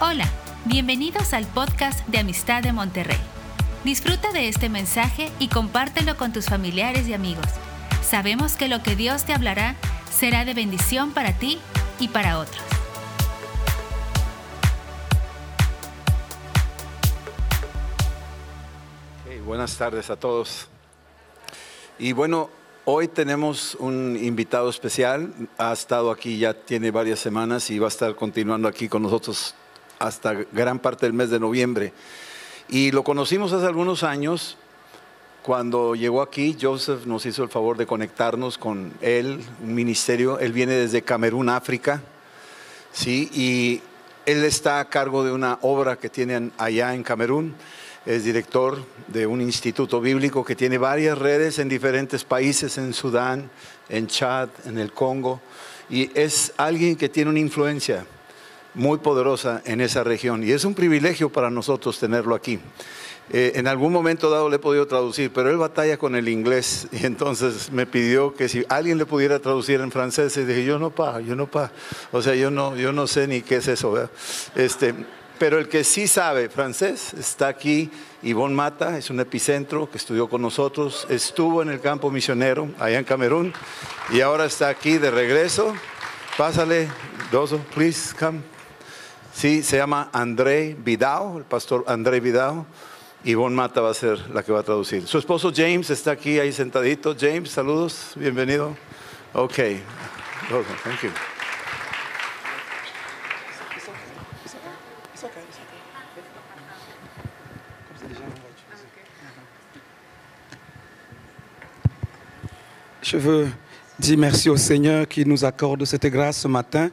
Hola, bienvenidos al podcast de Amistad de Monterrey. Disfruta de este mensaje y compártelo con tus familiares y amigos. Sabemos que lo que Dios te hablará será de bendición para ti y para otros. Ok, buenas tardes a todos. Y bueno, hoy tenemos un invitado especial. Ha estado aquí ya tiene varias semanas y va a estar continuando aquí con nosotros hasta gran parte del mes de noviembre. Y lo conocimos hace algunos años. Cuando llegó aquí, Joseph nos hizo el favor de conectarnos con él, un ministerio. Él viene desde Camerún, África. Sí, y él está a cargo de una obra que tienen allá en Camerún. Es director de un instituto bíblico que tiene varias redes en diferentes países, en Sudán, en Chad, en el Congo. Y es alguien que tiene una influencia muy poderosa en esa región. Y es un privilegio para nosotros tenerlo aquí. Eh, en algún momento dado le he podido traducir, pero él batalla con el inglés y entonces me pidió que si alguien le pudiera traducir en francés y dije, yo no pa, yo no pa. O sea, yo no, yo no sé ni qué es eso. ¿verdad? Este, pero el que sí sabe francés está aquí, Ivonne Mata, es un epicentro que estudió con nosotros, estuvo en el campo misionero allá en Camerún y ahora está aquí de regreso. Pásale, Doso, please come. Sí, se llama André Vidao, el pastor André Vidao. Ivonne Mata va a ser la que va a traducir. Su esposo James está aquí, ahí sentadito. James, saludos, bienvenido. Ok, Dozo, thank you. Je veux dire merci au Seigneur qui nous accorde cette grâce ce matin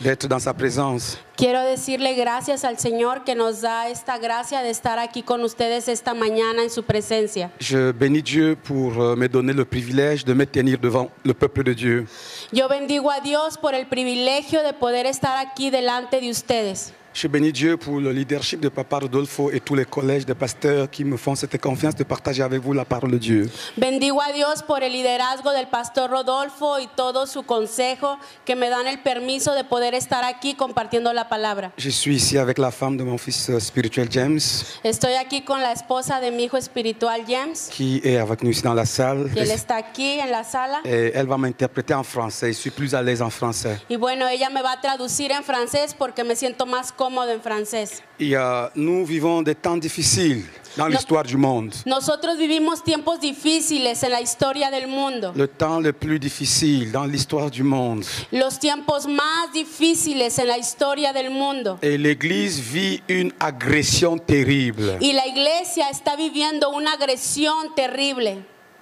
d'être dans sa présence. Quiero decirle gracias al Señor que nos da esta gracia de estar aquí con ustedes esta mañana en su presencia. Je bénis Dieu pour euh, me donner le privilège de me tenir devant le peuple de Dieu. Yo bendigo a Dios por el privilegio de poder estar aquí delante de ustedes. Je bénis Dieu pour le leadership de Papa Rodolfo et tous les collèges de pasteurs qui me font cette confiance de partager avec vous la parole de Dieu. Bendigo a Dios por el liderazgo del pastor Rodolfo y todo su consejo que me dan el permiso de poder estar aquí compartiendo la palabra. Je suis ici avec la femme de mon fils euh, spirituel James Estoy aquí con la esposa de mi hijo espiritual James, qui est avec nous ici dans la salle. que él está aquí en la sala. Et elle va m'interpréter en français. Je suis plus à l'aise en français. Y bueno, ella me va a traducir en francés porque me siento más cómodo en francés. Et, euh, nous vivons des temps difficiles dans l'histoire du monde. Nosotros vivimos tiempos difíciles en la historia del mundo. Le temps le plus difficile dans l'histoire du monde. Los tiempos más difíciles en la historia del mundo. Et l'Église vit une agression terrible. Y la iglesia está viviendo una agresión terrible.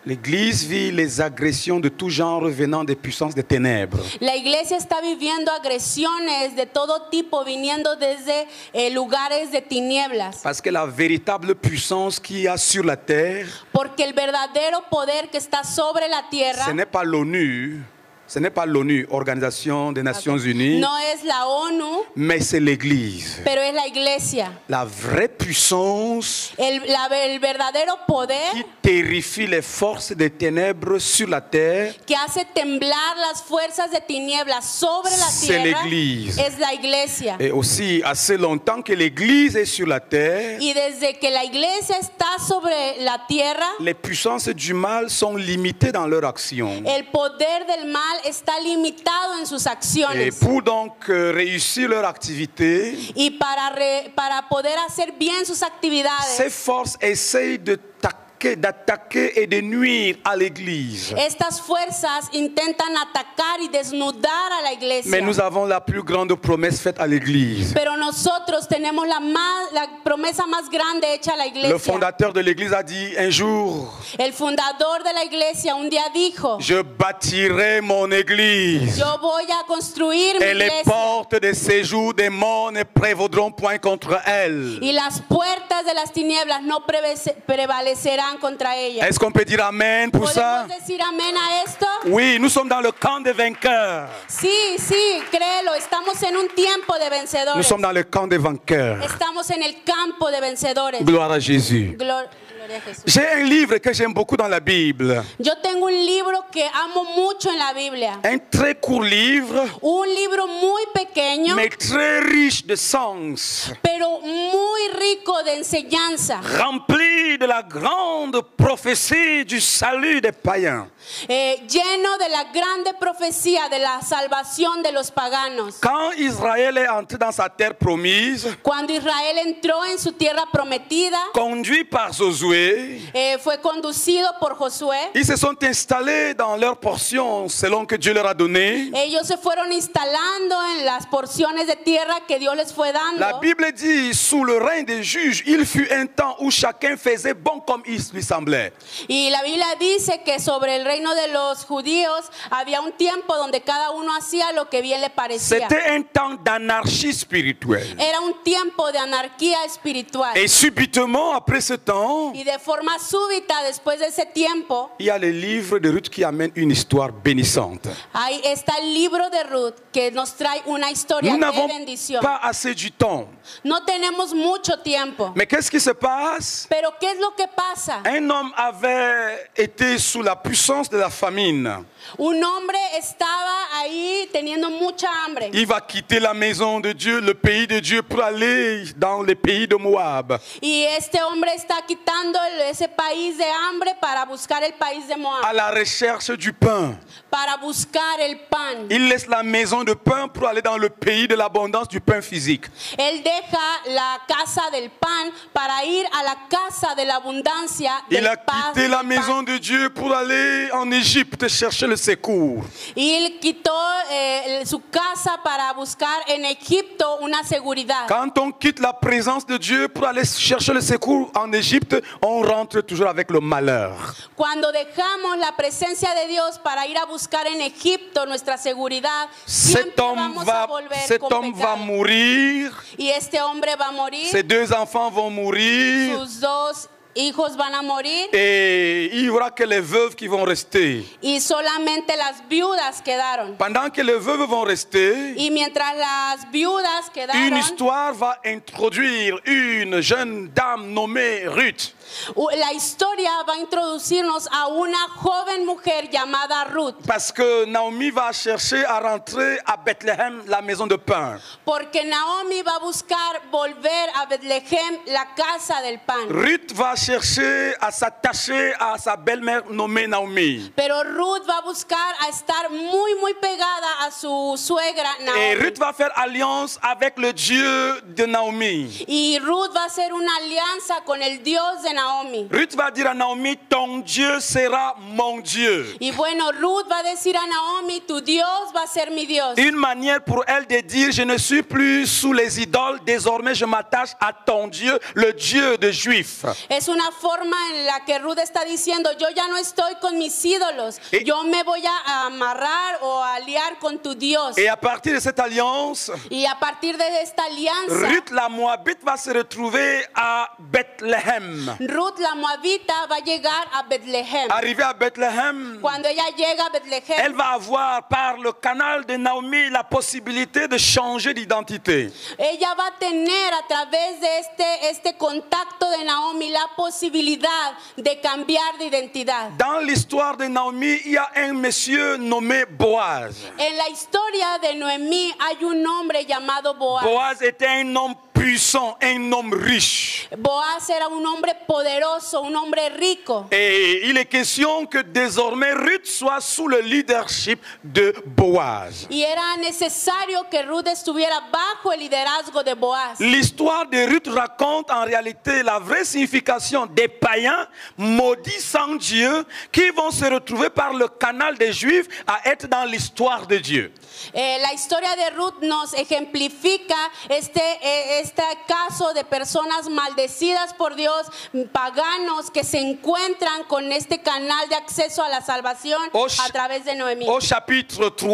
L'Église vit les agressions de tout genre venant des puissances des ténèbres. La iglesia está viviendo agresiones de todo tipo viniendo desde eh, lugares de tinieblas. Parce que la véritable puissance qu'il y a sur la terre, Porque el verdadero poder que está sobre la ce tierra n'est pas l'ONU, ce n'est pas l'ONU, Organisation des Nations Unies, no es la ONU, mais c'est l'Église. pero es la iglesia. La vraie puissance El, la- el verdadero qui poder terrifie les forces des ténèbres sur la terre, que hace temblar las fuerzas de tinieblas sobre la C'est tierra l'Église. es la iglesia. et aussi assez longtemps que l'Église est sur la terre, Y desde que la iglesia está sobre la tierra, les puissances du mal sont limitées dans leur action. el poder del mal está limitado en sus Et acciones. pour donc euh, réussir leur activité, Y para, re- para poder hacer bien sus ces actividades, forces essayent de taquer- d'attaquer et de nuire à l'Église. estas fuerzas intentan atacar y desnudar a la Mais iglesia. nous avons la plus grande promesse faite à l'Église. Pero nosotros tenemos la, más- la promesa más grande hecha a la Le iglesia. fondateur de l'Église a dit un jour, El fundador de la iglesia un día dijo, je bâtirai mon Église. yo voy a construir mi Et les iglesia. portes de séjour des morts ne prévaudront point contre elle. Y las puertas de las tinieblas no prevece- prevalecerán contra ella. Est-ce qu'on peut dire Amen pour ça ¿Podemos decir amén a esto? Oui, nous sommes dans le camp des vainqueurs. Sí, sí, créelo. Estamos en un tiempo de Nous vencedores. sommes dans le camp des vainqueurs. Estamos en el campo de vencedores. Gloire à Jésus. Glor- Gloria a Jesús. J'ai un livre que j'aime beaucoup dans la Bible. Yo tengo un libro que amo mucho en la Biblia. Un très court livre, Un libro muy pequeño, mais très riche de sens, pero muy rico de enseñanza. rempli de la grande prophétie du salut des païens. eh, lleno de la grande profecía de la salvación de los paganos. Quand Israël est entré dans sa terre promise, Cuando Israel entró en su tierra prometida, conduit par Josué, eh, fue conducido por Josué. ils se sont installés dans leur portion selon que Dieu leur a donné. Ellos se fueron instalando en las porciones de tierra que Dios les fue La dando. Bible dit, sous le règne des juges, il fut un temps où chacun faisait bon comme il lui semblait. Y la Biblia dice que sobre el reino de los judíos había un tiempo donde cada uno hacía lo que bien le parecía. C'était un temps d'anarchie spirituelle. Era un tiempo de anarquía espiritual. Et subitement, après ce temps, Y de forma súbita, después de ese tiempo, il y a le livre de Ruth qui amène une histoire bénissante. Ahí está el libro de Ruth que nos trae una historia Nous de n'avons bendición. pas assez du temps. No tenemos mucho tiempo. Mais qu'est-ce qui se passe Pero ¿qué es lo que pasa? Un homme avait été sous la puissance de la famine. Un hombre estaba ahí teniendo mucha hambre. Il va quitter la maison de Dieu, le pays de Dieu, pour aller dans le pays de Moab. Y este hombre está quitando el- ese país de hambre para buscar el país de À Moab, la recherche du pain. para buscar el pan. Il laisse la maison de pain pour aller dans le pays de l'abondance du pain physique. Él deja la casa del pan para ir a la casa de la abundancia Il del a pan- quitté la del pan. maison de Dieu pour aller en Égypte chercher le secours. Y él quitó eh, el- su casa para buscar en Egipto una seguridad. Quand on quitte la présence de Dieu pour aller chercher le secours en Égypte, on rentre toujours avec le malheur. Cuando dejamos la presencia de Dios para ir a buscar en Egipto nuestra seguridad, Cet siempre homme vamos a va, volver cet con homme va pecado. mourir, Y este hombre va a morir, ses deux enfants vont mourir, sus dos hijos van a morir Eh. et il y aura que les veuves qui vont rester. y solamente las viudas quedaron. Pendant que les veuves vont rester, Y mientras las viudas quedaron, Une histoire va introduire une jeune dame nommée Ruth. u- la historia va a introducirnos a una joven mujer llamada Ruth. Parce que Naomi va chercher à rentrer à Bethléem, la maison de pain. Porque Naomi va a buscar volver a Betlehem, la casa del pan. Ruth va chercher à s'attacher à sa belle-mère nommée Naomi. Pero Ruth va a buscar a estar muy, muy pegada a su suegra Et Naomi. Eh, Ruth va faire alliance avec le Dieu de Naomi. Y Ruth va a hacer una alianza con el Dios de Naomi. Ruth va dire à Naomi, ton Dieu sera mon Dieu. Y bueno, Ruth va a decir a Naomi, tu Dios va a ser mi Dios. Une manière pour elle de dire, je ne suis plus sous les idoles, désormais je m'attache à ton Dieu, le Dieu des Juifs. Es una forma en la que Ruth está diciendo, yo ya no estoy con mis ídolos, Y- yo me voy a amarrar o a aliar con tu Dios. Et à partir de cette alliance, Y a partir de esta alianza... Ruth la Moabite va se retrouver à Bethléem. Ruth la Moabita va a llegar a Betlehem. Arrivée à Bethléem, Cuando ella llega a elle Betlehem, va avoir par le canal de Naomi la possibilité de changer d'identité. ella va a tener a través de este, este contacto de Naomi la posibilidad de cambiar de identidad. Dans l'histoire de Naomi, il y a un monsieur nommé Boaz. En la historia de Noemí hay un hombre llamado Boaz. Boaz était un homme puissant, un homme riche. Boaz era un hombre poderoso, un hombre rico. Et il est question que désormais Ruth soit sous le leadership de Boaz. Y era necesario que Ruth estuviera bajo el liderazgo de Boaz. L'histoire de Ruth raconte en réalité la vraie signification des païens maudits sans Dieu qui vont se retrouver par le canal des Juifs à être dans l'histoire de Dieu. Eh, la historia de Ruth nos ejemplifica este, eh, este caso de personas maldecidas por Dios, paganos que se encuentran con este canal de acceso a la salvación Au ch- a través de Noemí. Au chapitre 3,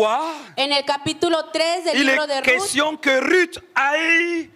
En el capítulo 3 del il libro de est Ruth question que Ruth aille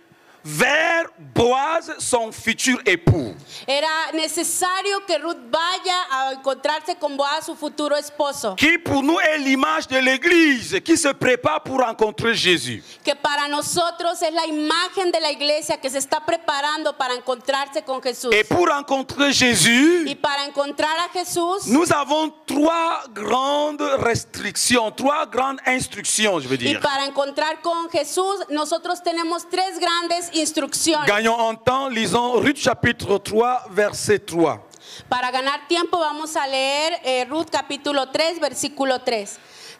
verboise son futur époux. Era necesario que Ruth vaya a encontrarse con Boaz, su futuro esposo, qui pour nous est l'image de l'Église qui se prépare pour rencontrer Jésus. que para nosotros es la imagen de la iglesia que se está preparando para encontrarse con Jesús. Et pour rencontrer Jésus, Y para encontrar a Jesús, nous avons trois grandes restrictions, trois grandes instructions, je veux y dire. para encontrar con Jesús, nosotros tenemos tres grandes instrucciones. Gagnons en temps, lisons Ruth chapitre 3, verset 3. Para ganar tiempo vamos a leer eh, Ruth capítulo 3, versículo 3.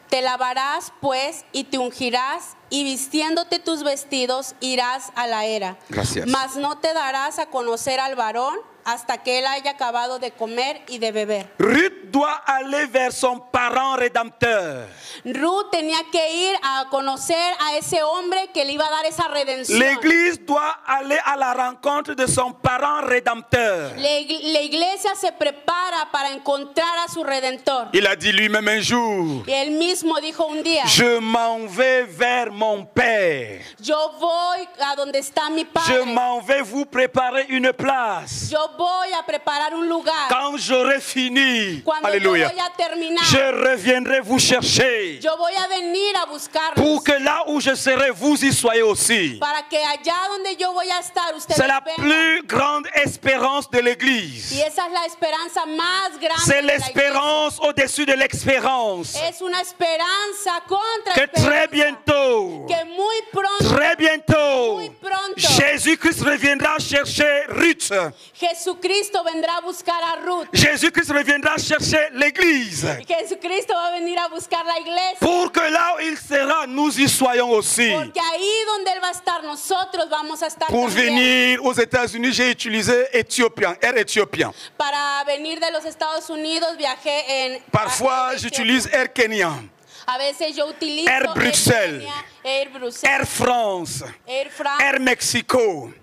Te lavarás pues y te ungirás y vistiéndote tus vestidos irás a la era. Gracias. Mas no te darás a conocer al varón hasta que él haya acabado de comer y de beber. Ruth doit aller vers son parent rédempteur. Ruth tenía que ir a conocer a ese hombre que le iba a dar esa redención. L'Église doit aller à la rencontre de son parent rédempteur. La ig- la iglesia se prepara para encontrar a su redentor. Il a dit lui-même un jour, Y él mismo dijo un día, je m'en vais vers mon Père. yo voy a donde está mi Je padre. m'en vais vous préparer une place. Yo voy a preparar un lugar. Quand j'aurai fini, Cuando alléluia, yo voy a terminar, je reviendrai vous chercher yo voy a venir a buscarlos pour que là où je serai, vous y soyez aussi. para que allá donde yo voy a estar ustedes C'est la vengan. plus grande espérance de Y l'Église. esa es la esperanza más grande. C'est de la l'espérance au-dessus de l'expérience. iglesia. Es una esperanza contra Que esperanza. très bientôt, que muy pronto très bientôt, Muy pronto. Jésus-Christ reviendra chercher Ruth. Jesucristo vendrá a buscar a Ruth. Jésus-Christ reviendra chercher l'Église. Y Jesucristo va a venir a buscar la iglesia. Pour que là où il sera, nous y soyons aussi. Porque ahí donde Él va a estar, nosotros vamos a estar. Pour también. venir aux États-Unis, j'ai utilisé éthiopien, air éthiopien. Para venir de los Estados Unidos viajé en. Parfois, j'utilise air kenyan, A veces yo utilizo Air Bruxelles. Kenia, Air Bruxelles, air France, Air France. air Mexico.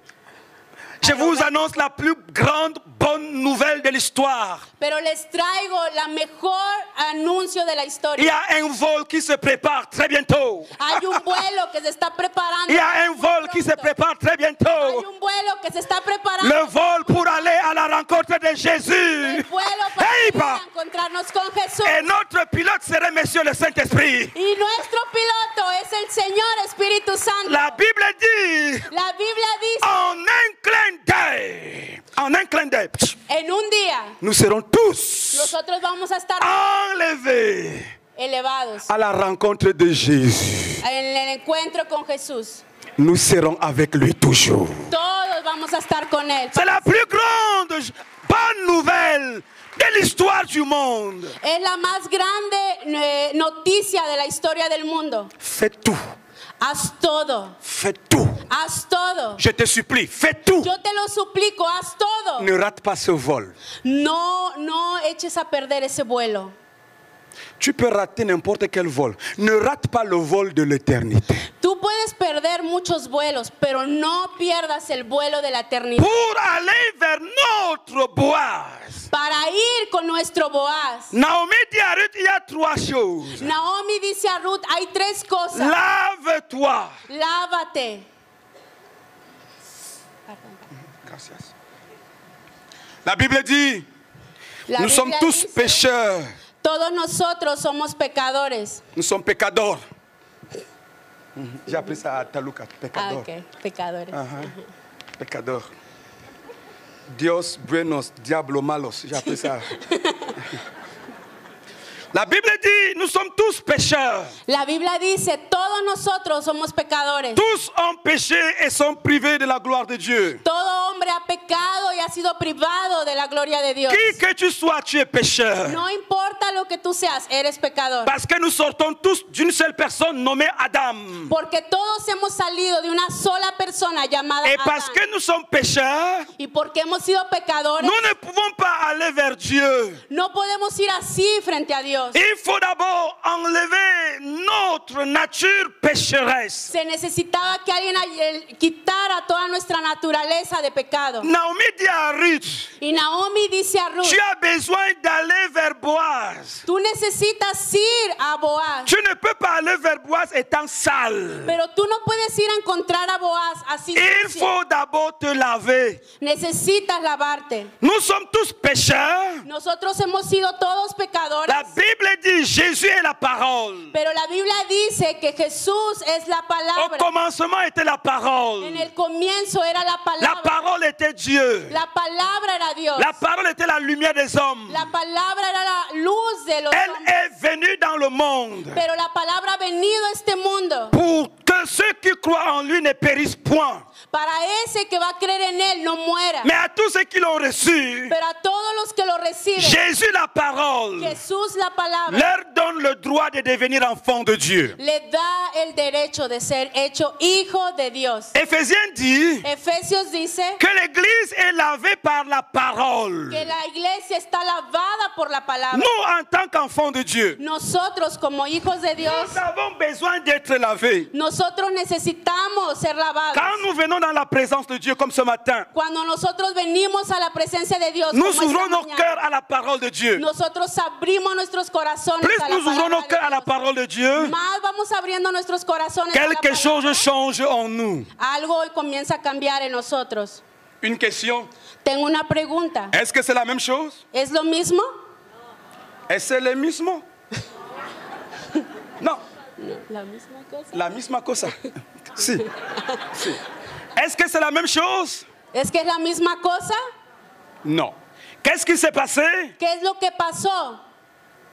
Je vous annonce la plus grande bonne nouvelle de l'histoire. Pero les traigo la mejor anuncio de la Il y historia. a un vol qui se prépare très bientôt. Hay un vuelo que se está preparando. Il y a un muy vol qui se pronto. prépare très Hay bientôt. un vuelo que se está preparando. Le vol pour aller à la rencontre de El Jésus. vuelo para Hey, venir bah. a encontrarnos con Jesús. Et notre pilote serait Monsieur le Saint-Esprit. Y nuestro piloto es el Señor Espíritu Santo. La Bible dit La Biblia dice, en un clin d'œil, en un clin d'œil, pss, en un día nous serons tous nosotros vamos a estar enlevés elevados à la rencontre de Jésus. en el encuentro con Jesús. Nous serons avec lui toujours. Todos vamos a estar con Él. C'est la plus grande bonne nouvelle de l'histoire du monde. Es la más grande eh, noticia de la historia del mundo. Fais tout, Haz todo, fais tout. haz todo. Je te supplie, fais tout. Yo te lo suplico, haz todo. Ne rate pas ce vol. No, no eches a perder ese vuelo. Tu peux rater n'importe quel vol. Ne rate pas le vol de l'éternité. Tú puedes perder muchos vuelos, pero no pierdas el vuelo de la eternidad. Pour aller vers notre Boaz. Para ir con nuestro Boaz. Naomi dit à Ruth, il y a trois choses. Naomi dice a Ruth, hay tres cosas. Lave-toi. Lávate. La Bible dit, La nous Biblia sommes tous dice, pécheurs. todos nosotros somos pecadores. Nous sommes pécadors. J'ai appris ça à Talouka, Ah, pécador. ok, pecadores. Uh-huh. Pécador. Dios buenos, diablo malos. J'ai appris ça. La Bible dit, nous sommes tous pécheurs. La Biblia dice, todos nosotros somos pecadores. Tous ont péché et sont privés de la gloire de Dieu. Todo hombre ha pecado y ha sido privado de la gloria de Dios. Qui que tu sois, tu es pécheur. No importa lo que tú seas, eres pecador. Parce que nous sortons tous d'une seule personne nommée Adam. Porque todos hemos salido de una sola persona llamada Et parce Adán. que nous sommes pécheurs, Y porque hemos sido nous pecadores, ne pouvons pas aller vers Dieu. no podemos ir así frente a Dios. Il faut d'abord enlever notre nature pécheresse. Se necesitaba que alguien ay- el- quitara toda nuestra naturaleza de pecado. Naomi dit à Ruth, Y Naomi dice a Ruth, tu as besoin d'aller vers Boaz. tú necesitas ir a Boaz, Tu ne peux pas aller vers Boaz étant sale. pero tú no puedes ir a encontrar a Boaz así. Il sucia. faut d'abord te laver. Necesitas lavarte. Nous sommes tous pécheurs. Nosotros hemos sido todos pecadores, La Bible dit Jésus est la parole. pero la Biblia dice que Jesús es la Au palabra. commencement était la En parole. el comienzo era la La palabra. parole était Dieu. La palabra era Dios. La parole était la lumière des hommes. La palabra era la luz de los Elle hombres. est venue dans le monde Pero la palabra ha venido a este mundo. pour que ceux qui croient en lui ne périssent point. Para ese que va a creer en él no muera. Mais à tous ceux qui l'ont reçu, Pero a todos los que lo reciben, Jésus la parole Jesús la palabra leur donne le droit de devenir enfants de Dieu. le da el derecho de ser hecho hijo de Dios. Éphésiens dit Efesios dice que l'Église est lavée par la parole. que la iglesia está lavada por la palabra. Nous, en tant qu'enfants de Dieu, Nosotros como hijos de Dios, Nous avons besoin d'être lavés. nosotros necesitamos ser lavados. Quand nous venons dans la présence de Dieu comme ce matin, Cuando nosotros venimos a la presencia de Dios, nous como esta ouvrons nos mañana, cœurs à la parole de Dieu. nosotros abrimos nuestros corazones Plus a la nous ouvrons palabra nos de cœurs à la Dios. parole de Dieu, Más vamos abriendo nuestros corazones. a la quelque palabra. chose change en nous. Algo hoy comienza a cambiar en nosotros. Une question, Tengo una pregunta. est-ce que c'est la même chose ¿Es lo mismo? Est-ce le mismo Non, La misma cosa. la misma cosa. Si. Si. Est-ce que c'est la même chose ¿Es que es la misma cosa? Non. Qu'est-ce qui s'est passé ¿Qué es lo que pasó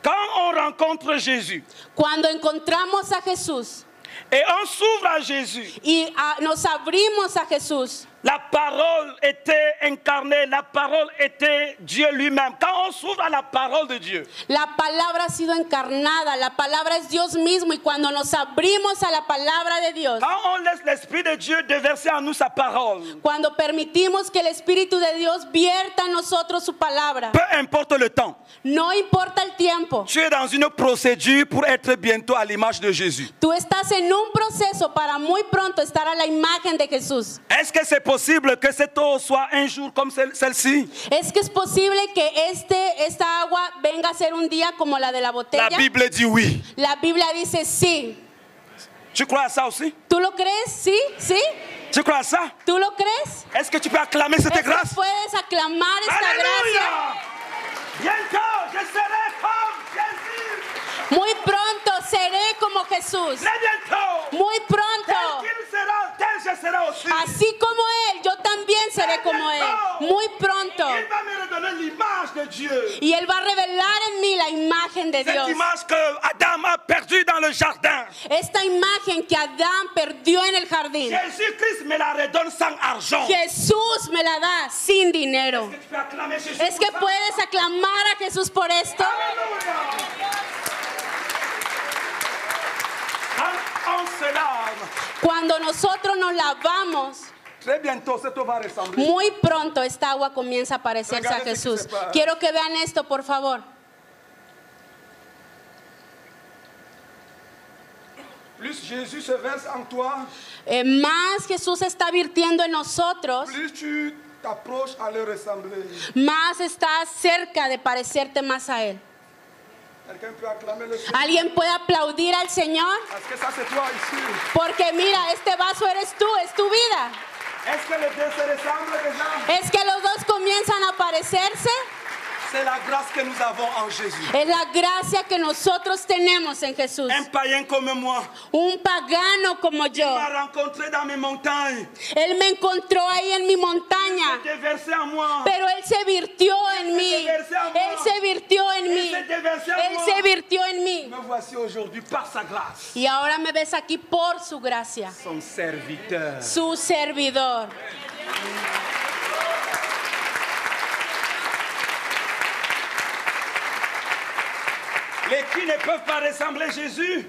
quand on rencontre Jésus cuando encontramos a Jesús et on s'ouvre à Jésus y ah, nos abrimos a Jesús? La parole était incarnée, la parole était Dieu lui-même. Quand on s'ouvre à la parole de Dieu, La palabra ha sido encarnada, la palabra es Dios mismo y cuando nos abrimos a la palabra de Dios, quand on laisse l'Esprit de Dieu déverser en nous sa parole, cuando permitimos que el Espíritu de Dios vierta en nosotros su palabra, peu importe le temps, no importa el tiempo, tu es dans une procédure pour être bientôt à l'image de Jésus. Tú estás en un proceso para muy pronto estar a la imagen de Jesús. Est-ce que c'est possible que cette eau soit un jour comme celle- celle-ci Es que es posible que este, esta agua venga a ser un día como la de la botella. La Bible dit oui. La Biblia dice sí. Tu crois à ça aussi ¿Tú lo crees? Sí, sí. Tu crois à ça ¿Tú lo crees? Est-ce que tu peux acclamer Es cette que grâce puedes aclamar esta gracia. Alléluia Bientôt, je serai comme Jésus Muy pronto seré como Jesús. Très bientôt Muy Tel pronto. qu'il sera, tel je serai aussi. Así como Él, yo también seré como Él. Muy pronto. Il va me redonner l'image de Dieu. Y Él va a revelar en mí la imagen de Cette Dios. image que Adam a perdue dans le jardin. Esta imagen que Adán perdió en el jardín, Jésus-Christ me la redonne sans argent. Jesús me la da sin dinero. Tu peux acclamer Jésus ¿Es que pour ça? puedes aclamar a Jesús por esto? Alléluia. Quand on se lave, Cuando nosotros nos lavamos, très bientôt cette eau va ressembler. muy pronto esta agua comienza a parecerse a Jesús. Quiero que vean esto, por favor. Plus Jésus se verse en toi, Eh, más Jesús está virtiendo en nosotros, plus tu t'approches à le ressembler. más está cerca de parecerte más a Él. Quelqu'un peut acclamer le Seigneur. ¿Alguien puede aplaudir al Señor? Parce que ça c'est toi ici. Porque mira, este vaso eres tú, es tu vida. Est-ce que les deux se ressemblent déjà Es que los dos comienzan a parecerse. C'est la grâce que nous avons en Jésus. Es la gracia que nosotros tenemos en Jesús. Un païen comme moi Un pagano como yo. m'a rencontré dans mes montagnes. Él me encontró ahí en mi montaña. Déversé en moi. Pero Él se virtió en mí. Él se virtió en mí. Él se virtió en mí. Me voici aujourd'hui par sa grâce. Y ahora me ves aquí por su gracia. Son serviteur. Su servidor. Les qui ne peuvent pas ressembler à Jésus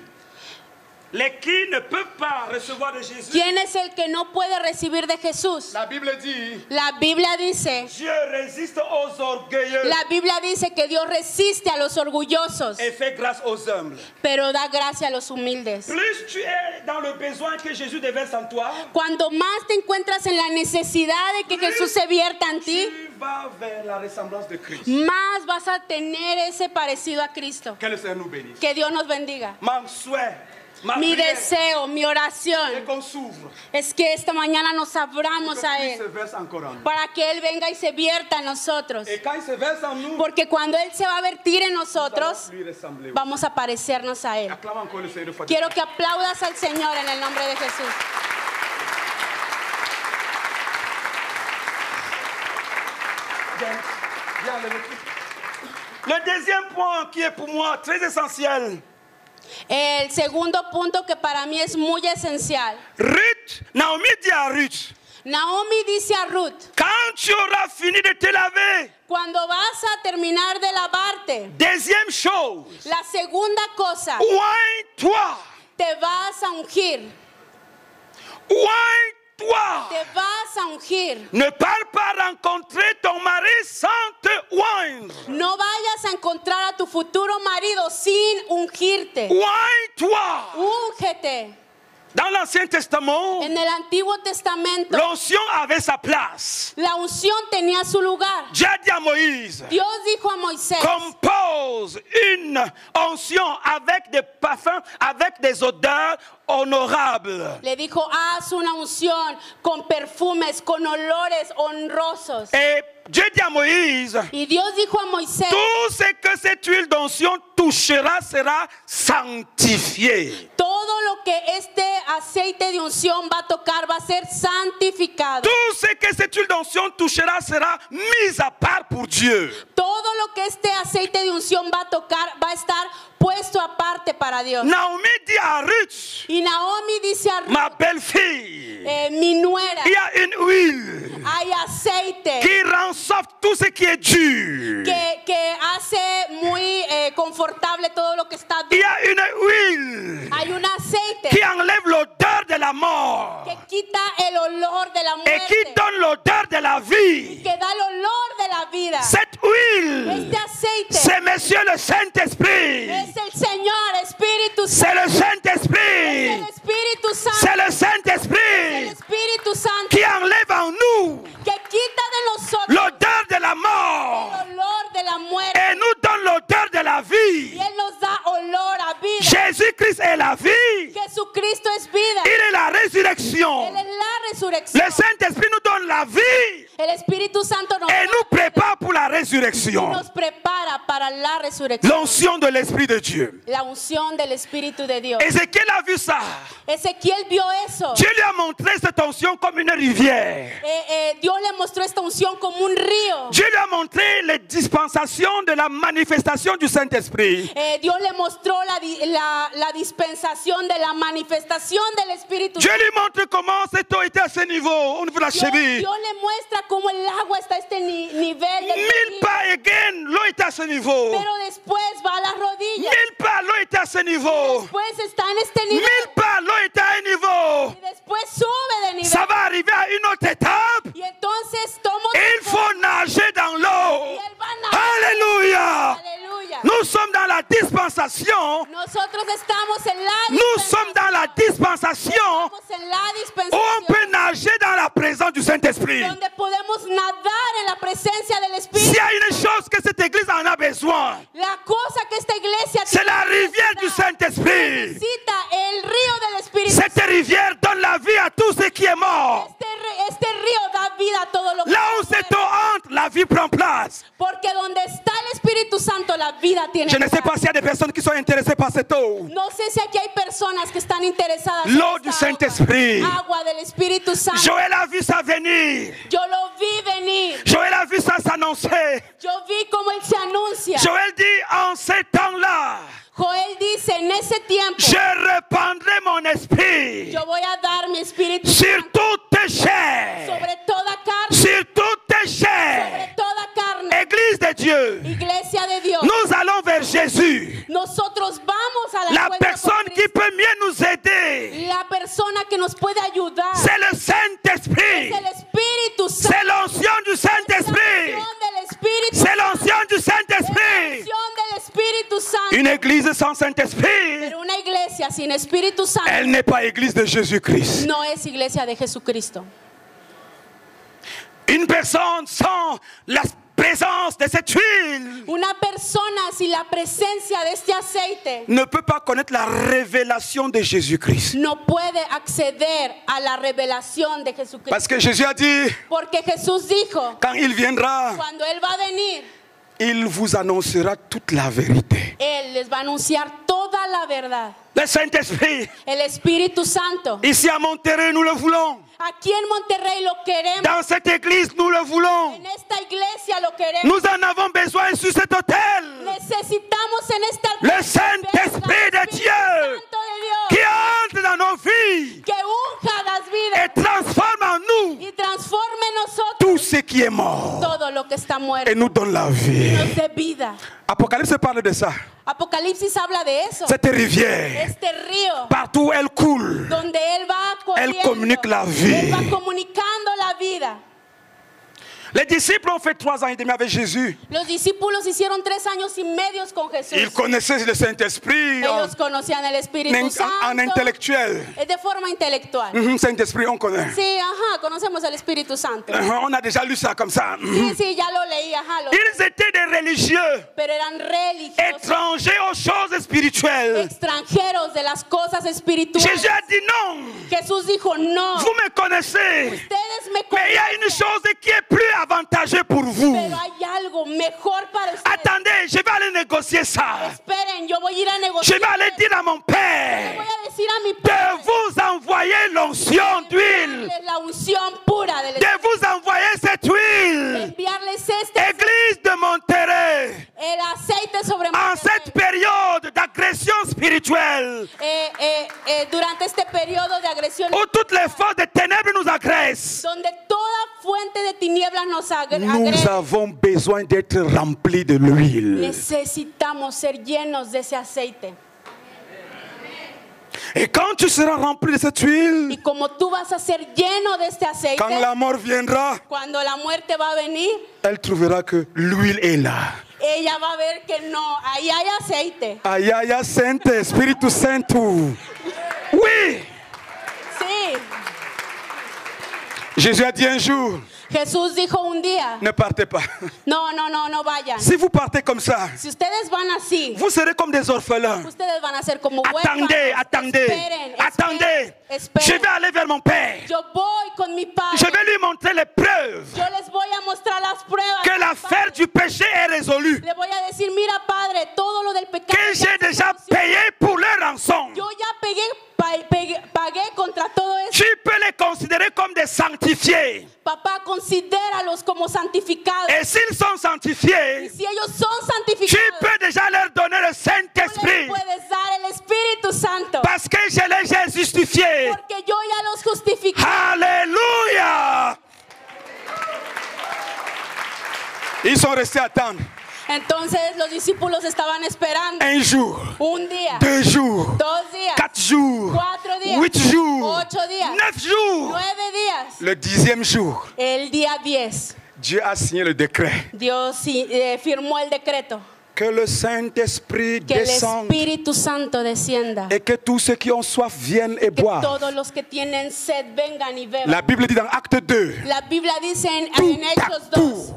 Les qui ne peuvent pas recevoir de Jésus, ¿Quién es el que no puede recibir de Jesús? La Bible dit La Biblia dice, Dieu résiste aux orgueilleux la Biblia dice que Dios resiste a los orgullosos, et fait grâce aux humbles. pero da gracia a los humildes. Plus tu es dans le besoin que Jésus déverse en toi, Cuando más te encuentras en la necesidad de que Jesús se vierta en ti, tu vas vers la ressemblance de Mm. Christ. más vas a tener ese parecido a Cristo. que le Seigneur nous bénisse. Que Dios nos bendiga. Mon souhait, ma Mi prière, deseo, mi Et oración qu'on s'ouvre. es que esta mañana nos Pour que abramos a Christ se Él verse encore en nous. para que Él venga y se vierta en nosotros. Et quand il se verse en nous, Porque cuando Él se va a vertir en nous allons nosotros, lui ressembler. vamos a parecernos a Él. Acclame encore le Seigneur de fois. Quiero que aplaudas al Señor en el nombre de Jesús. Viens, viens, lève-toi. Le deuxième point qui est pour moi très essentiel, El segundo punto que para mí es muy esencial. Ruth, Naomi dit à Ruth, Naomi dice a Ruth, quand tu auras fini de te laver, cuando vas a terminar de lavarte, deuxième chose, la segunda cosa, oigne-toi, te vas a ungir, oigne-toi. te vas a ungir. Ne parle pas rencontrer ton mari sans te oindre. No vayas a encontrar a tu futuro marido sin ungirte. Oigne-toi. Úngete. Dans l'Ancien Testament, En el Antiguo Testamento, l'onction avait sa place. la unción tenía su lugar. Dieu a dit à Moïse, Dios dijo a Moisés, compose une onction avec des parfums, avec des odeurs honorables. le dijo, haz una unción con perfumes, con olores honrosos. Et Dieu dit à Moïse, Y Dios dijo a Moisés, tout ce que cette huile d'onction touchera sera sanctifié. todo lo que este aceite de unción va a tocar va a ser santificado. Tout ce que cette huile d'onction touchera sera mis à part pour Dieu. Todo lo que este aceite de unción va a tocar va a estar puesto aparte para Dios. Naomi dit à Ruth, Y Naomi dice a Ruth, ma belle-fille, eh, mi nuera, il y a une huile hay aceite qui rend soft tout ce qui est dur. que, que hace muy eh, confortable todo lo que está Il y duro. a une huile Hay un aceite qui enlève l'odeur de la mort que quita el olor de la et muerte, qui donne l'odeur de la vie. que da el olor de la vida. Cette huile, Este aceite c'est Monsieur le Saint-Esprit. es el Señor, Espíritu C'est Santo. le Es Saint-Esprit. el Espíritu Santo, C'est le el Saint-Esprit Espíritu Santo qui enlève en nous que quita de nosotros l'odeur de la mort el olor de la muerte et nous donne l'odeur de la y vie. Él nos da olor a vida. Jésus-Christ est la vie. Jesucristo es vida, Il est la Él résurrection. es la resurrección. Le Saint-Esprit nous donne la vie El Espíritu Santo nos, et nous prépare pour la résurrection. nos prepara para la resurrección, L'onction de l'Esprit de Dieu. la unción del Espíritu de Dios. Ézéchiel a vu ça. Ezequiel vio eso. Dieu lui a montré cette onction comme une rivière. Eh, eh, Dios le mostró esta unción como un río. Dieu lui a montré les dispensations de la manifestation du Saint-Esprit. Eh, Dios le mostró la, di- la- la dispensación de la manifestación del Espíritu Dieu lui montre comment cette eau était à ce niveau, au niveau de la Dios, cheville. Dios le muestra cómo el agua está a este ni- nivel del Mille río, pas again, l'eau était à ce niveau. pero después va a las rodillas, Mille pas, l'eau était à ce niveau. después está en este Mille nivel pas, l'eau était à un niveau. y después sube de nivel Ça va arriver à une autre étape. y entonces toma otro Il faut nager dans y l'eau. él va a nadar. Alléluia. Aleluya. Nous sommes dans la dispensation. Nosotros estamos en la Nous sommes dans la dispensation Estamos en la où on dispensación peut nager dans la présence du Saint-Esprit. donde podemos nadar en la presencia del S'il y Espíritu. a une chose que cette église en a besoin, La cosa que esta iglesia c'est la rivière du necesita Saint-Esprit. necesita el río del Espíritu. Cette rivière donne la vie à tout ce qui est mort. Este, ri- este río da vida a todo lo que Là où mueve. cette eau entre, la vie prend place. Porque donde está el Espíritu Santo, la vida tiene Je ne sais lugar. pas s'il y a des personnes qui sont intéressées par cette eau. No sé si aquí hay personas que están interesadas L'eau en du esta Saint-Esprit. agua. Agua del Espíritu Santo. Joël a vu ça venir. Yo lo vi venir. Joël a vu ça s'annoncer. Yo vi cómo él se anuncia. Joël dit, en ces temps-là, Joel dice, en ese tiempo je répandrai mon esprit yo voy a dar mi Espíritu sur Santo toute tes chairs. sobre toda carne, Sur toute tes sobre chairs. toda carne. Église de Dieu, Iglesia de Dios. nous allons vers Jésus. Nosotros vamos a la La cuenta con personne qui Cristo. peut peut mieux nous aider, La persona que nos puede ayudar c'est le Saint-Esprit. es el Espíritu Santo. C'est l'onction du la Saint-Esprit. acción del Espíritu C'est l'onction du la Saint-Esprit. acción del Espíritu Santo. Une église sans Saint-Esprit, Pero una iglesia sin Espíritu Santo elle n'est pas église de Jésus-Christ. no es iglesia de Jesucristo. Une personne sans la présence de cette huile Una persona sin la presencia de este aceite ne peut pas connaître la révélation de Jésus-Christ. no puede acceder a la revelación de Jesucristo. Parce que Jésus a dit, Porque Jesús dijo, quand il viendra, cuando Él va a venir, il vous annoncera toute la vérité. Él les va a anunciar toda la verdad. Le Saint-Esprit, El Espíritu Santo. ici à Monterrey, nous le voulons. Aquí en Monterrey lo queremos. Dans cette église, nous le voulons. En esta iglesia lo queremos. Nous en avons besoin sur cet hôtel. Necesitamos en esta Le Saint-Esprit de Espíritu Dieu Santo de qui Dios entre dans nos vies que unja las vidas et transforme en nous y transforme en nosotros tout ce qui est mort todo lo que está et muerto. nous donne la vie. Nos dé vida. Apocalypse parle de ça. Apocalipsis habla de eso. Cette rivière, Este río partout où elle coule, donde él va corriendo, Él comunica la vida. Él va comunicando la vida. les disciples ont fait trois ans et demi avec Jésus. Los discípulos hicieron tres años y medios con Jesús. Ils connaissaient le Saint-Esprit en, Ellos conocían el Espíritu en- Santo. en intellectuel. Es de forma intelectual. Mhm, Saint-Esprit, on connaît. Sí, ajá, conocemos el Espíritu Santo. Mhm, On a déjà lu ça comme ça. Mhm. Sí, sí, ya lo leí, ajá. lo- Ils étaient des religieux, pero eran religiosos, étrangers aux choses spirituelles. extranjeros de las cosas espirituales. Jésus a dit non, Jesús dijo, no, vous me connaissez, ustedes me mais il y a une conocen, chose qui est plus avantageuse pour vous. pero hay algo mejor para ustedes. Attendez, je vais aller négocier ça. Esperen, yo voy a ir a Je negociar. vais aller dire à mon Le voy père a decir a mi de padre vous envoyer l'onction d'huile, enviarles la unción pura del de vous envoyer cette huile. enviarles este Église de Monterrey, el aceite sobre en Monterrey. cette période d'agression spirituelle, Eh, eh, eh, durante este periodo de agresión où toutes les forces de ténèbres nous agressent, donde toda fuente de tinieblas nos agre- nous agrede. avons besoin d'être remplis de l'huile. Necesitamos ser llenos de ese aceite. Et quand tu seras rempli de cette Y huile, como tú vas a ser lleno de este aceite, quand la mort viendra, cuando la muerte va a venir, elle trouvera que l'huile est là. ella va a ver que no, ahí hay aceite. Aïe, aïe, aïe, Sainte, Spiritu Santo. Oui, Sí. Jésus a dit un jour, Jesús dijo un día, ne partez pas. no, no, no, no vayan. Si vous partez comme ça, Si ustedes van así, vous serez comme des orphelins. ustedes van a ser como huérfanos. Attendez, attendez, Esperen, attendez. esperen, esperen. Je vais aller vers mon père. Yo voy con mi padre. Je vais lui montrer les preuves Yo les voy a mostrar las pruebas. que mi l'affaire padre. du péché est résolue, Le voy a decir, mira padre, todo lo del pecado. que ya j'ai se déjà solucionó. payé pour leur rançon. Yo ya pegué, pa- pegué- pagué contra todo eso. Tu peux les considérer comme des sanctifiés. Papá, considéralos como santificados. Et s'ils sont sanctifiés, Si ellos son tu santificados, peux déjà leur donner le tú les Saint-Esprit. puedes dar el Espíritu Santo. Parce que je les ai justifiés. Porque yo ya los justifiqué. Ah. Alléluia. Ils sont restés attendre Entonces los discípulos estaban esperando un jour, un día, deux jours, dos días, quatre jours, Cuatro días. huit jours, Ocho días. neuf jours. nueve días. Le dixième jour, El día 10, Dieu a signé le décret Dios sí, eh, firmó el decreto que le Saint-Esprit que el descende Espíritu Santo descienda. et que tous ceux qui ont soif viennent et Que boivent. todos los que tienen sed vengan y beban. La Bible dit dans Acte 2, La Biblia dice en, Tú en Hechos 2, tacú.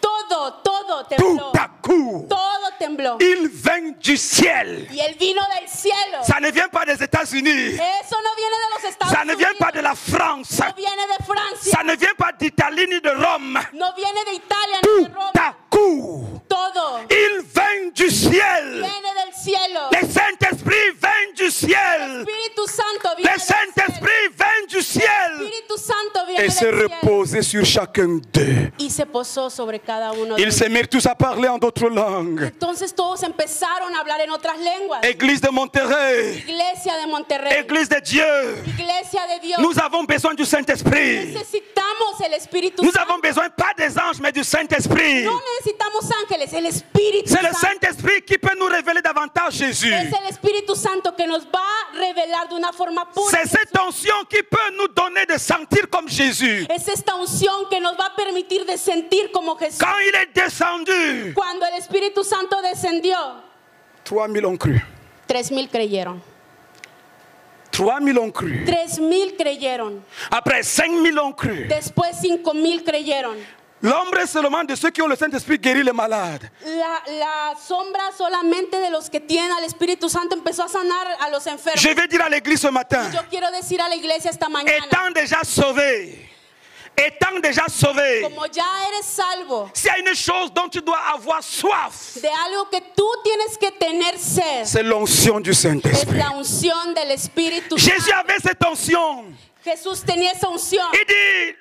todo, todo tout tembló, à coup, todo tembló. ils viennent du ciel. Y el vino del cielo, Ça ne vient pas des États-Unis, eso no viene de los Estados ça ne Unidos, vient pas de la France, no viene de Francia, ça ne vient pas d'Italie ni de Rome. no viene de Italia, ni de Tout Roma, à coup, todo ils viennent du ciel. viene del cielo. Le Saint-Esprit vient du ciel. Espíritu Santo viene Le del cielo. Saint-Esprit vient du ciel. Espíritu Santo viene Et del se cielo. reposer sur chacun d'eux. Y se posó sobre cada uno de Ils se ellos. mirent tous à parler en d'autres langues. Entonces todos empezaron a hablar en otras lenguas. Église de Monterrey, Iglesia de Monterrey. Église de Dieu, Iglesia de Dios. nous avons besoin du Saint-Esprit. Necesitamos Dios, el Espíritu Nous Santo. avons besoin pas des anges, mais du Saint-Esprit. No necesitamos ángeles, el Espíritu C'est le Santo. Saint-Esprit qui peut nous révéler davantage Jésus. Es el Espíritu Santo que nos va a revelar de una forma pura. C'est cette tension qui peut nous donner de sentir comme Jésus. Es esta unción que nos va a permitir de sentir como Jesús. Quand il est descendu, Cuando el Espíritu Santo descendió, 3000 ont cru. tres mil creyeron. 3000 ont cru. Tres mil creyeron. Après 5000 ont cru. Después cinco mil creyeron. L'ombre est seulement de ceux qui ont le Saint-Esprit guérit les malades. La, la sombra solamente de los que tienen al Espíritu Santo empezó a sanar a los enfermos. Je vais dire à l'église ce matin, Yo quiero decir a la iglesia esta mañana, étant déjà sauvé, étant déjà sauvé, como ya eres salvo s'il y a une chose dont tu dois avoir soif, de algo que tú tienes que tener sed, c'est l'onction du es Saint-Esprit. la unción del Espíritu Jésus Santo. avait cette onction. Jesús tenía esa unción. Il dit,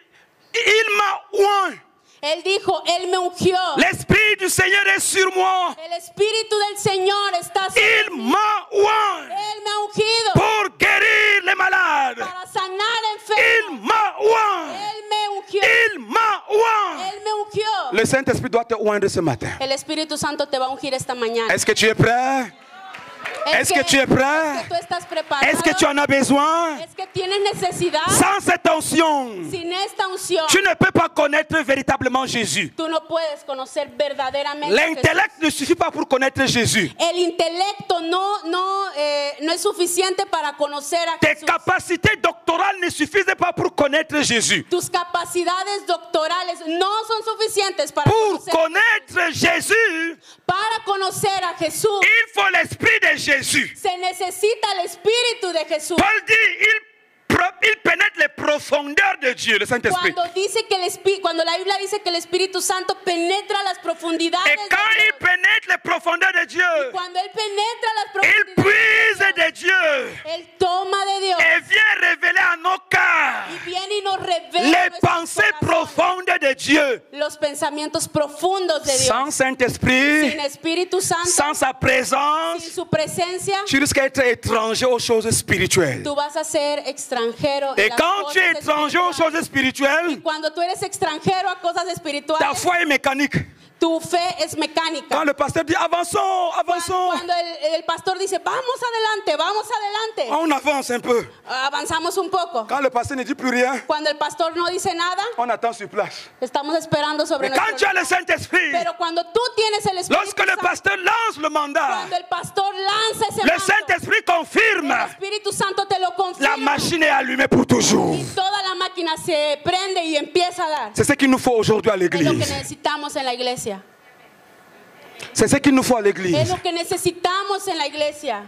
il m'a oint. Él dijo, Él me ungió. L'Esprit du Seigneur est sur moi. El Espíritu del Señor está sobre Il mí. m'a oint Él me ha ungido pour guérir les malades. para sanar Il enfermos. m'a oint. Él me ungió. Il m'a oint. Él me ungió. Le Saint-Esprit doit te oindre ce matin. El Espíritu Santo te va a ungir esta mañana. Est-ce que tu es prêt? Es Est-ce que tu es es que prêt? tú estás preparado? Est-ce que tu en as besoin? Es que tienes necesidad? Sans cette tension, Sin esta unción, tu ne peux pas connaître véritablement Jésus. tú no puedes conocer verdaderamente. a Jesús. L'intellect ne suffit pas pour connaître Jésus. El intelecto no, no, eh, no es suficiente para conocer a Tes Jesús. capacités doctorales ne suffisent pas pour connaître Jésus. Tus capacidades doctorales no son suficientes para Pour conocer, connaître Jésus, para conocer a Jesús. il faut l'esprit de Jésus. Se necesita el Espíritu de Jesús. Paul dit, il, pro- il pénètre les profondeurs de Dieu, le Saint-Esprit. Cuando dice que el Espí- cuando la Biblia dice que el Espíritu Santo penetra las Et profundidades de quand il Dios, pénètre les profondeurs de Dieu, cuando él penetra las il profundidades, de puise Dios, de Dieu. él toma de Dios et vient révéler à nos cœurs y viene y nos revela les nuestros pensées corazones, profondes de Dieu. los pensamientos profundos de Dios. Sans Saint-Esprit, sin Espíritu Santo, sans sa sin présence, su presencia, tu risques d'être étranger aux choses spirituelles. tú vas a ser extranjero. en Et las quand cosas tu es étranger aux espirituales. choses spirituelles, cuando tú eres extranjero a cosas ta espirituales, foi est mécanique. tu fe es mecánica. Quand le pasteur dit avançons, avançons, Cuando el, el pastor dice, vamos adelante, vamos adelante, on avance un peu. avanzamos un poco. Quand le pasteur ne dit plus rien, Cuando el pastor no dice nada, on attend sur place. estamos esperando sobre Mais quand tu nuestro as le Saint-Esprit, Pero cuando tú tienes el Espíritu lorsque le Santo, pasteur lance le mandat, cuando el pastor lanza ese le manto, Saint-Esprit el confirme, Espíritu Santo te lo confirma la machine est allumée pour toujours. y toda la máquina se prende y empieza a dar. C'est ce qu'il nous faut aujourd'hui à Es lo que l'église. necesitamos en la iglesia. C'est ce qu'il nous faut à Es l'église. lo que necesitamos en la iglesia.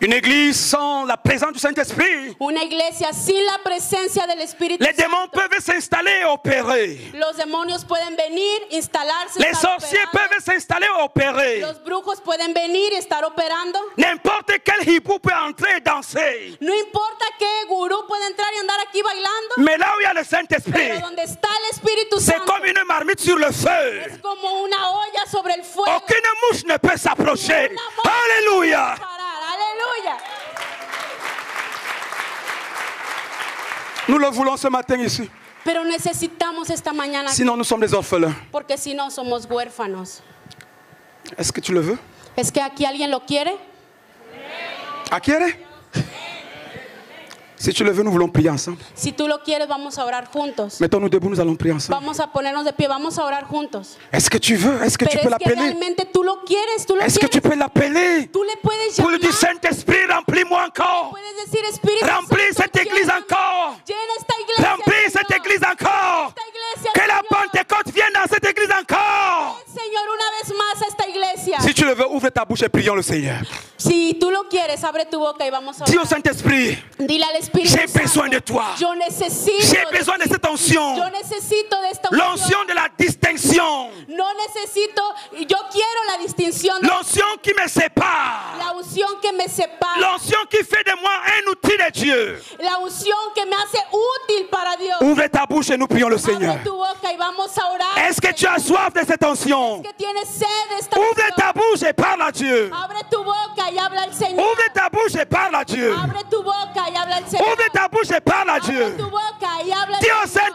Une église sans la présence du Saint-Esprit, Una iglesia sin la presencia del Espíritu les démons Santo. peuvent s'installer et opérer. Los demonios pueden venir, instalarse, Les estar sorciers operando. peuvent s'installer et opérer. Los brujos pueden venir y estar operando. N'importe quel hibou peut entrer et danser. No importa qué gurú puede entrar y andar aquí bailando, Mais là où il y a le pero Saint-Esprit, donde está el Espíritu c'est Santo comme une marmite sur le feu. es como una olla sobre el fuego. Aucune mouche ne peut s'approcher. Alléluia. Parar. Aleluya. Nous le voulons ce matin ici. Pero necesitamos esta mañana Sinon, nous sommes des orphelins. porque si no somos huérfanos. Est-ce que tu le veux Es que aquí alguien lo quiere. Acquièrez. Si tu le veux, nous voulons prier ensemble. Si tú lo quieres, vamos a orar juntos. Mettons-nous debout, nous allons prier ensemble. Vamos a ponernos de pie, vamos a orar juntos. Est-ce que tu veux Est-ce que tu Pero peux es que l'appeler realmente tú lo quieres, tú lo Est-ce que quieres. tu peux l'appeler Tú le puedes Pour lui llamar. dire Saint-Esprit, remplis-moi encore. Puedes decir Espíritu Remplis Santo, cette église lléname. encore. Llena esta iglesia. Remplis Señor. cette église encore. Esta iglesia, Que la Señor. Pentecôte vienne dans cette église encore. Señor, una vez más a esta iglesia. Si tu le veux, ouvre ta bouche et prions le Seigneur. Si tú lo quieres, abre tu boca y vamos a Dis au orar. Saint-Esprit, Dile al Espíritu J'ai Santo, besoin de toi. Yo necesito. j'ai de besoin de ti. cette onction. Yo necesito de esta L'onction unción. de la distinction. No necesito, yo quiero la distinción. de- L'onction qui me sépare. La unción que me separa. L'onction qui fait de moi un outil de Dieu. La unción que me hace útil para Dios. Ouvre ta bouche et nous prions le Seigneur. Abre tu boca y vamos a orar. Est-ce que tu as soif de cette onction? que tienes sed de esta Ouvre unción. ta bouche et parle à Dieu. Abre tu boca y habla al Señor. Ouvre ta bouche et parle à Dieu. Abre tu boca y habla al Señor. Ouvre ta bouche et parle à Abre Dieu. tu boca y habla al Dis au Señor.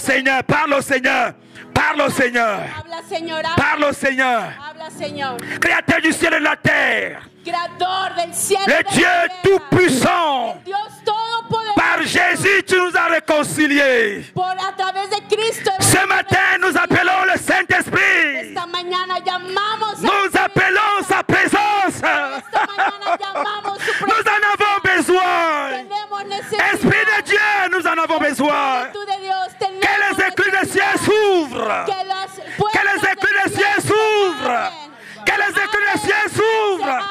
Seigneur, parle au Seigneur, parle au Seigneur, Habla, Señor. Habla, parle au Seigneur. Habla, Señor. Créateur du ciel et de la terre, Creador del cielo. y de le la Dieu tierra. Tout-Puissant, Dios todopoderoso. par Jésus tu nous as réconciliés. Por a través de Cristo. Ce matin, nous appelons le Saint-Esprit. Esta mañana llamamos. a Nous Cristo. appelons sa présence. Esta mañana llamamos su Nous presencia. en avons besoin. Tenemos necesidad. Esprit de Dieu, nous en avons besoin. Espíritu de Dios, tenemos Que les écluses des necesidad. cieux s'ouvrent. Que las Que puertas les écluses del des cieux cielo se s'ouvrent. abren. Que les écluses des cieux s'ouvrent.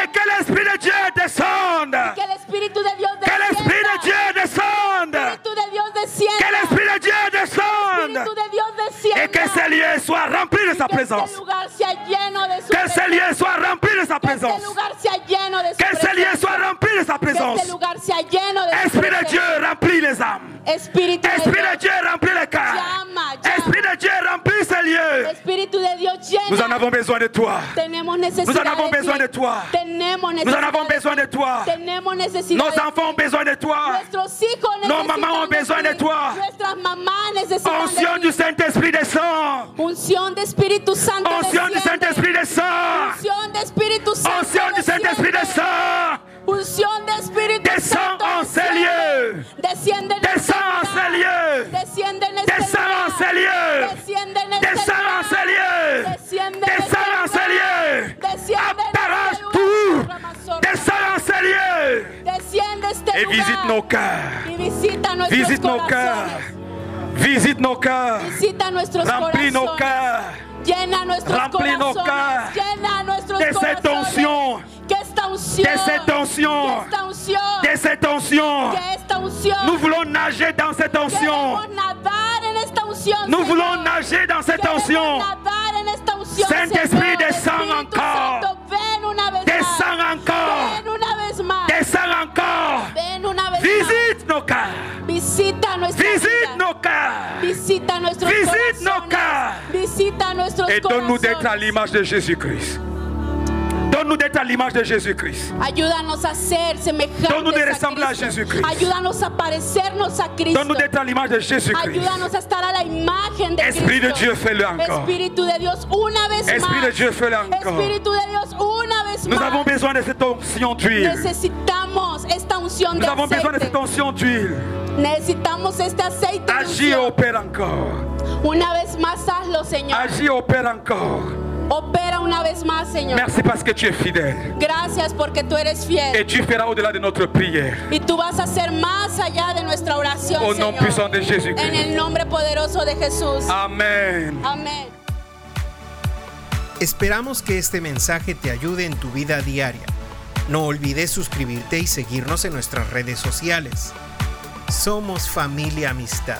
Et que l'Esprit de Dieu descende. Que el Espíritu de Dios Que descienda. l'Esprit de Dieu descende. Espíritu de Dios descienda. Que l'Esprit de Dieu descende. Espíritu de Dios descienda. Et que ces lieux soient remplis de sa Que présence. este lugar sea lleno de su Que ces presencia. lieux soient remplis de sa Que este présence. lugar sea lleno de su Que ces lieux presencia. soient remplis de sa Que présence. este lugar sea lleno de su Esprit de presencia. Dieu, remplis les âmes. Espíritu de Esprit de Dios. Dieu, remplis les cœurs. Llama, llama. Esprit de Dieu, remplis ces lieux. Espíritu de Dios llena. Nous en avons besoin de toi. Tenemos necesidad Nous en avons de ti. besoin de toi. Tenemos Nous necesidad en avons de besoin ti. de toi. Tenemos necesidad Nos de ti. enfants ont besoin de toi. Nuestros hijos Nos necesitan mamás ont de besoin ti. de toi. Nuestras mamás necesitan Onction de ti. du Saint-Esprit descend. Unción de Espíritu Santo Onction du desciende. Saint-Esprit descend. Unción de Espíritu Santo Onction du Saint-Esprit desciende. descend. Unción de Espíritu Descend Santo en ces lieux. Desciende en Descend en este ces lieux. lugar. Desciende en este Descend en lugar. ces lieux. Desciende en este Descend en ces lieux. lugar. Desciende en este Descend en ces lieux. lugar. Desciende en Apparage este lugar. tout. Ramazorra. Descend en ces lieux. Desciende a este Et lugar. visite nos cœurs. Y visita nuestros Visite nos cœurs. corazones. Visite nos cœurs. Visita nuestros Remplis nos corazones. cœurs. Llena nuestros Remplis nos corazones. cœurs Llena nuestros de cette corazones. onction, Que esta unción. de cette onction, Que esta unción. de cette onction. Que esta unción. Nous voulons nager dans cette onction. Queremos nadar en esta unción. Nous Señor. voulons nager dans cette Queremos onction. nadar en esta unción, Saint-Esprit, Señor. descend Espíritu encore. Santo, ven una vez Descends más. encore. Ven una vez más. Descends encore. Ven una vez Visite nos cœurs. más. Visita nuestra Visite vida. nos cœurs. Visita nuestros Visite corazones. nos cœurs. Visita nuestros Et donne-nous d'être à corazones. l'image de Jésus-Christ. Donne-nous d'être à l'image de Jésus-Christ. Ayúdanos a ser semejantes Donne-nous de a ressembler à Cristo. Jésus-Christ. Ayúdanos a parecernos a Cristo. Donne-nous d'être à l'image de Jésus-Christ. Ayúdanos a estar a la imagen de Esprit de Cristo. Dieu, fais-le encore. Espíritu de Dios, una vez Esprit más. de Dieu, fais-le encore. Espíritu de Dios, una vez Nous más. avons besoin de cette onction d'huile. Necesitamos esta unción Nous de avons besoin de aceite. cette onction d'huile. Necesitamos este aceite. de Agis, unción. opère encore. Una vez más, hazlo, Señor. Agis, opère encore. Opera una vez más, Señor. Merci parce que tu es fidèle. Gracias porque tú eres Et fiel. tu feras au-delà de notre prière. Y tú vas a hacer más allá de nuestra oración, Au nom Señor. puissant de En el Jésus-Christ. nombre poderoso de Jesús. Ah. Amen. Amén. Esperamos que este mensaje te ayude en tu vida diaria. No olvides suscribirte y seguirnos en nuestras redes sociales. Somos familia amistad.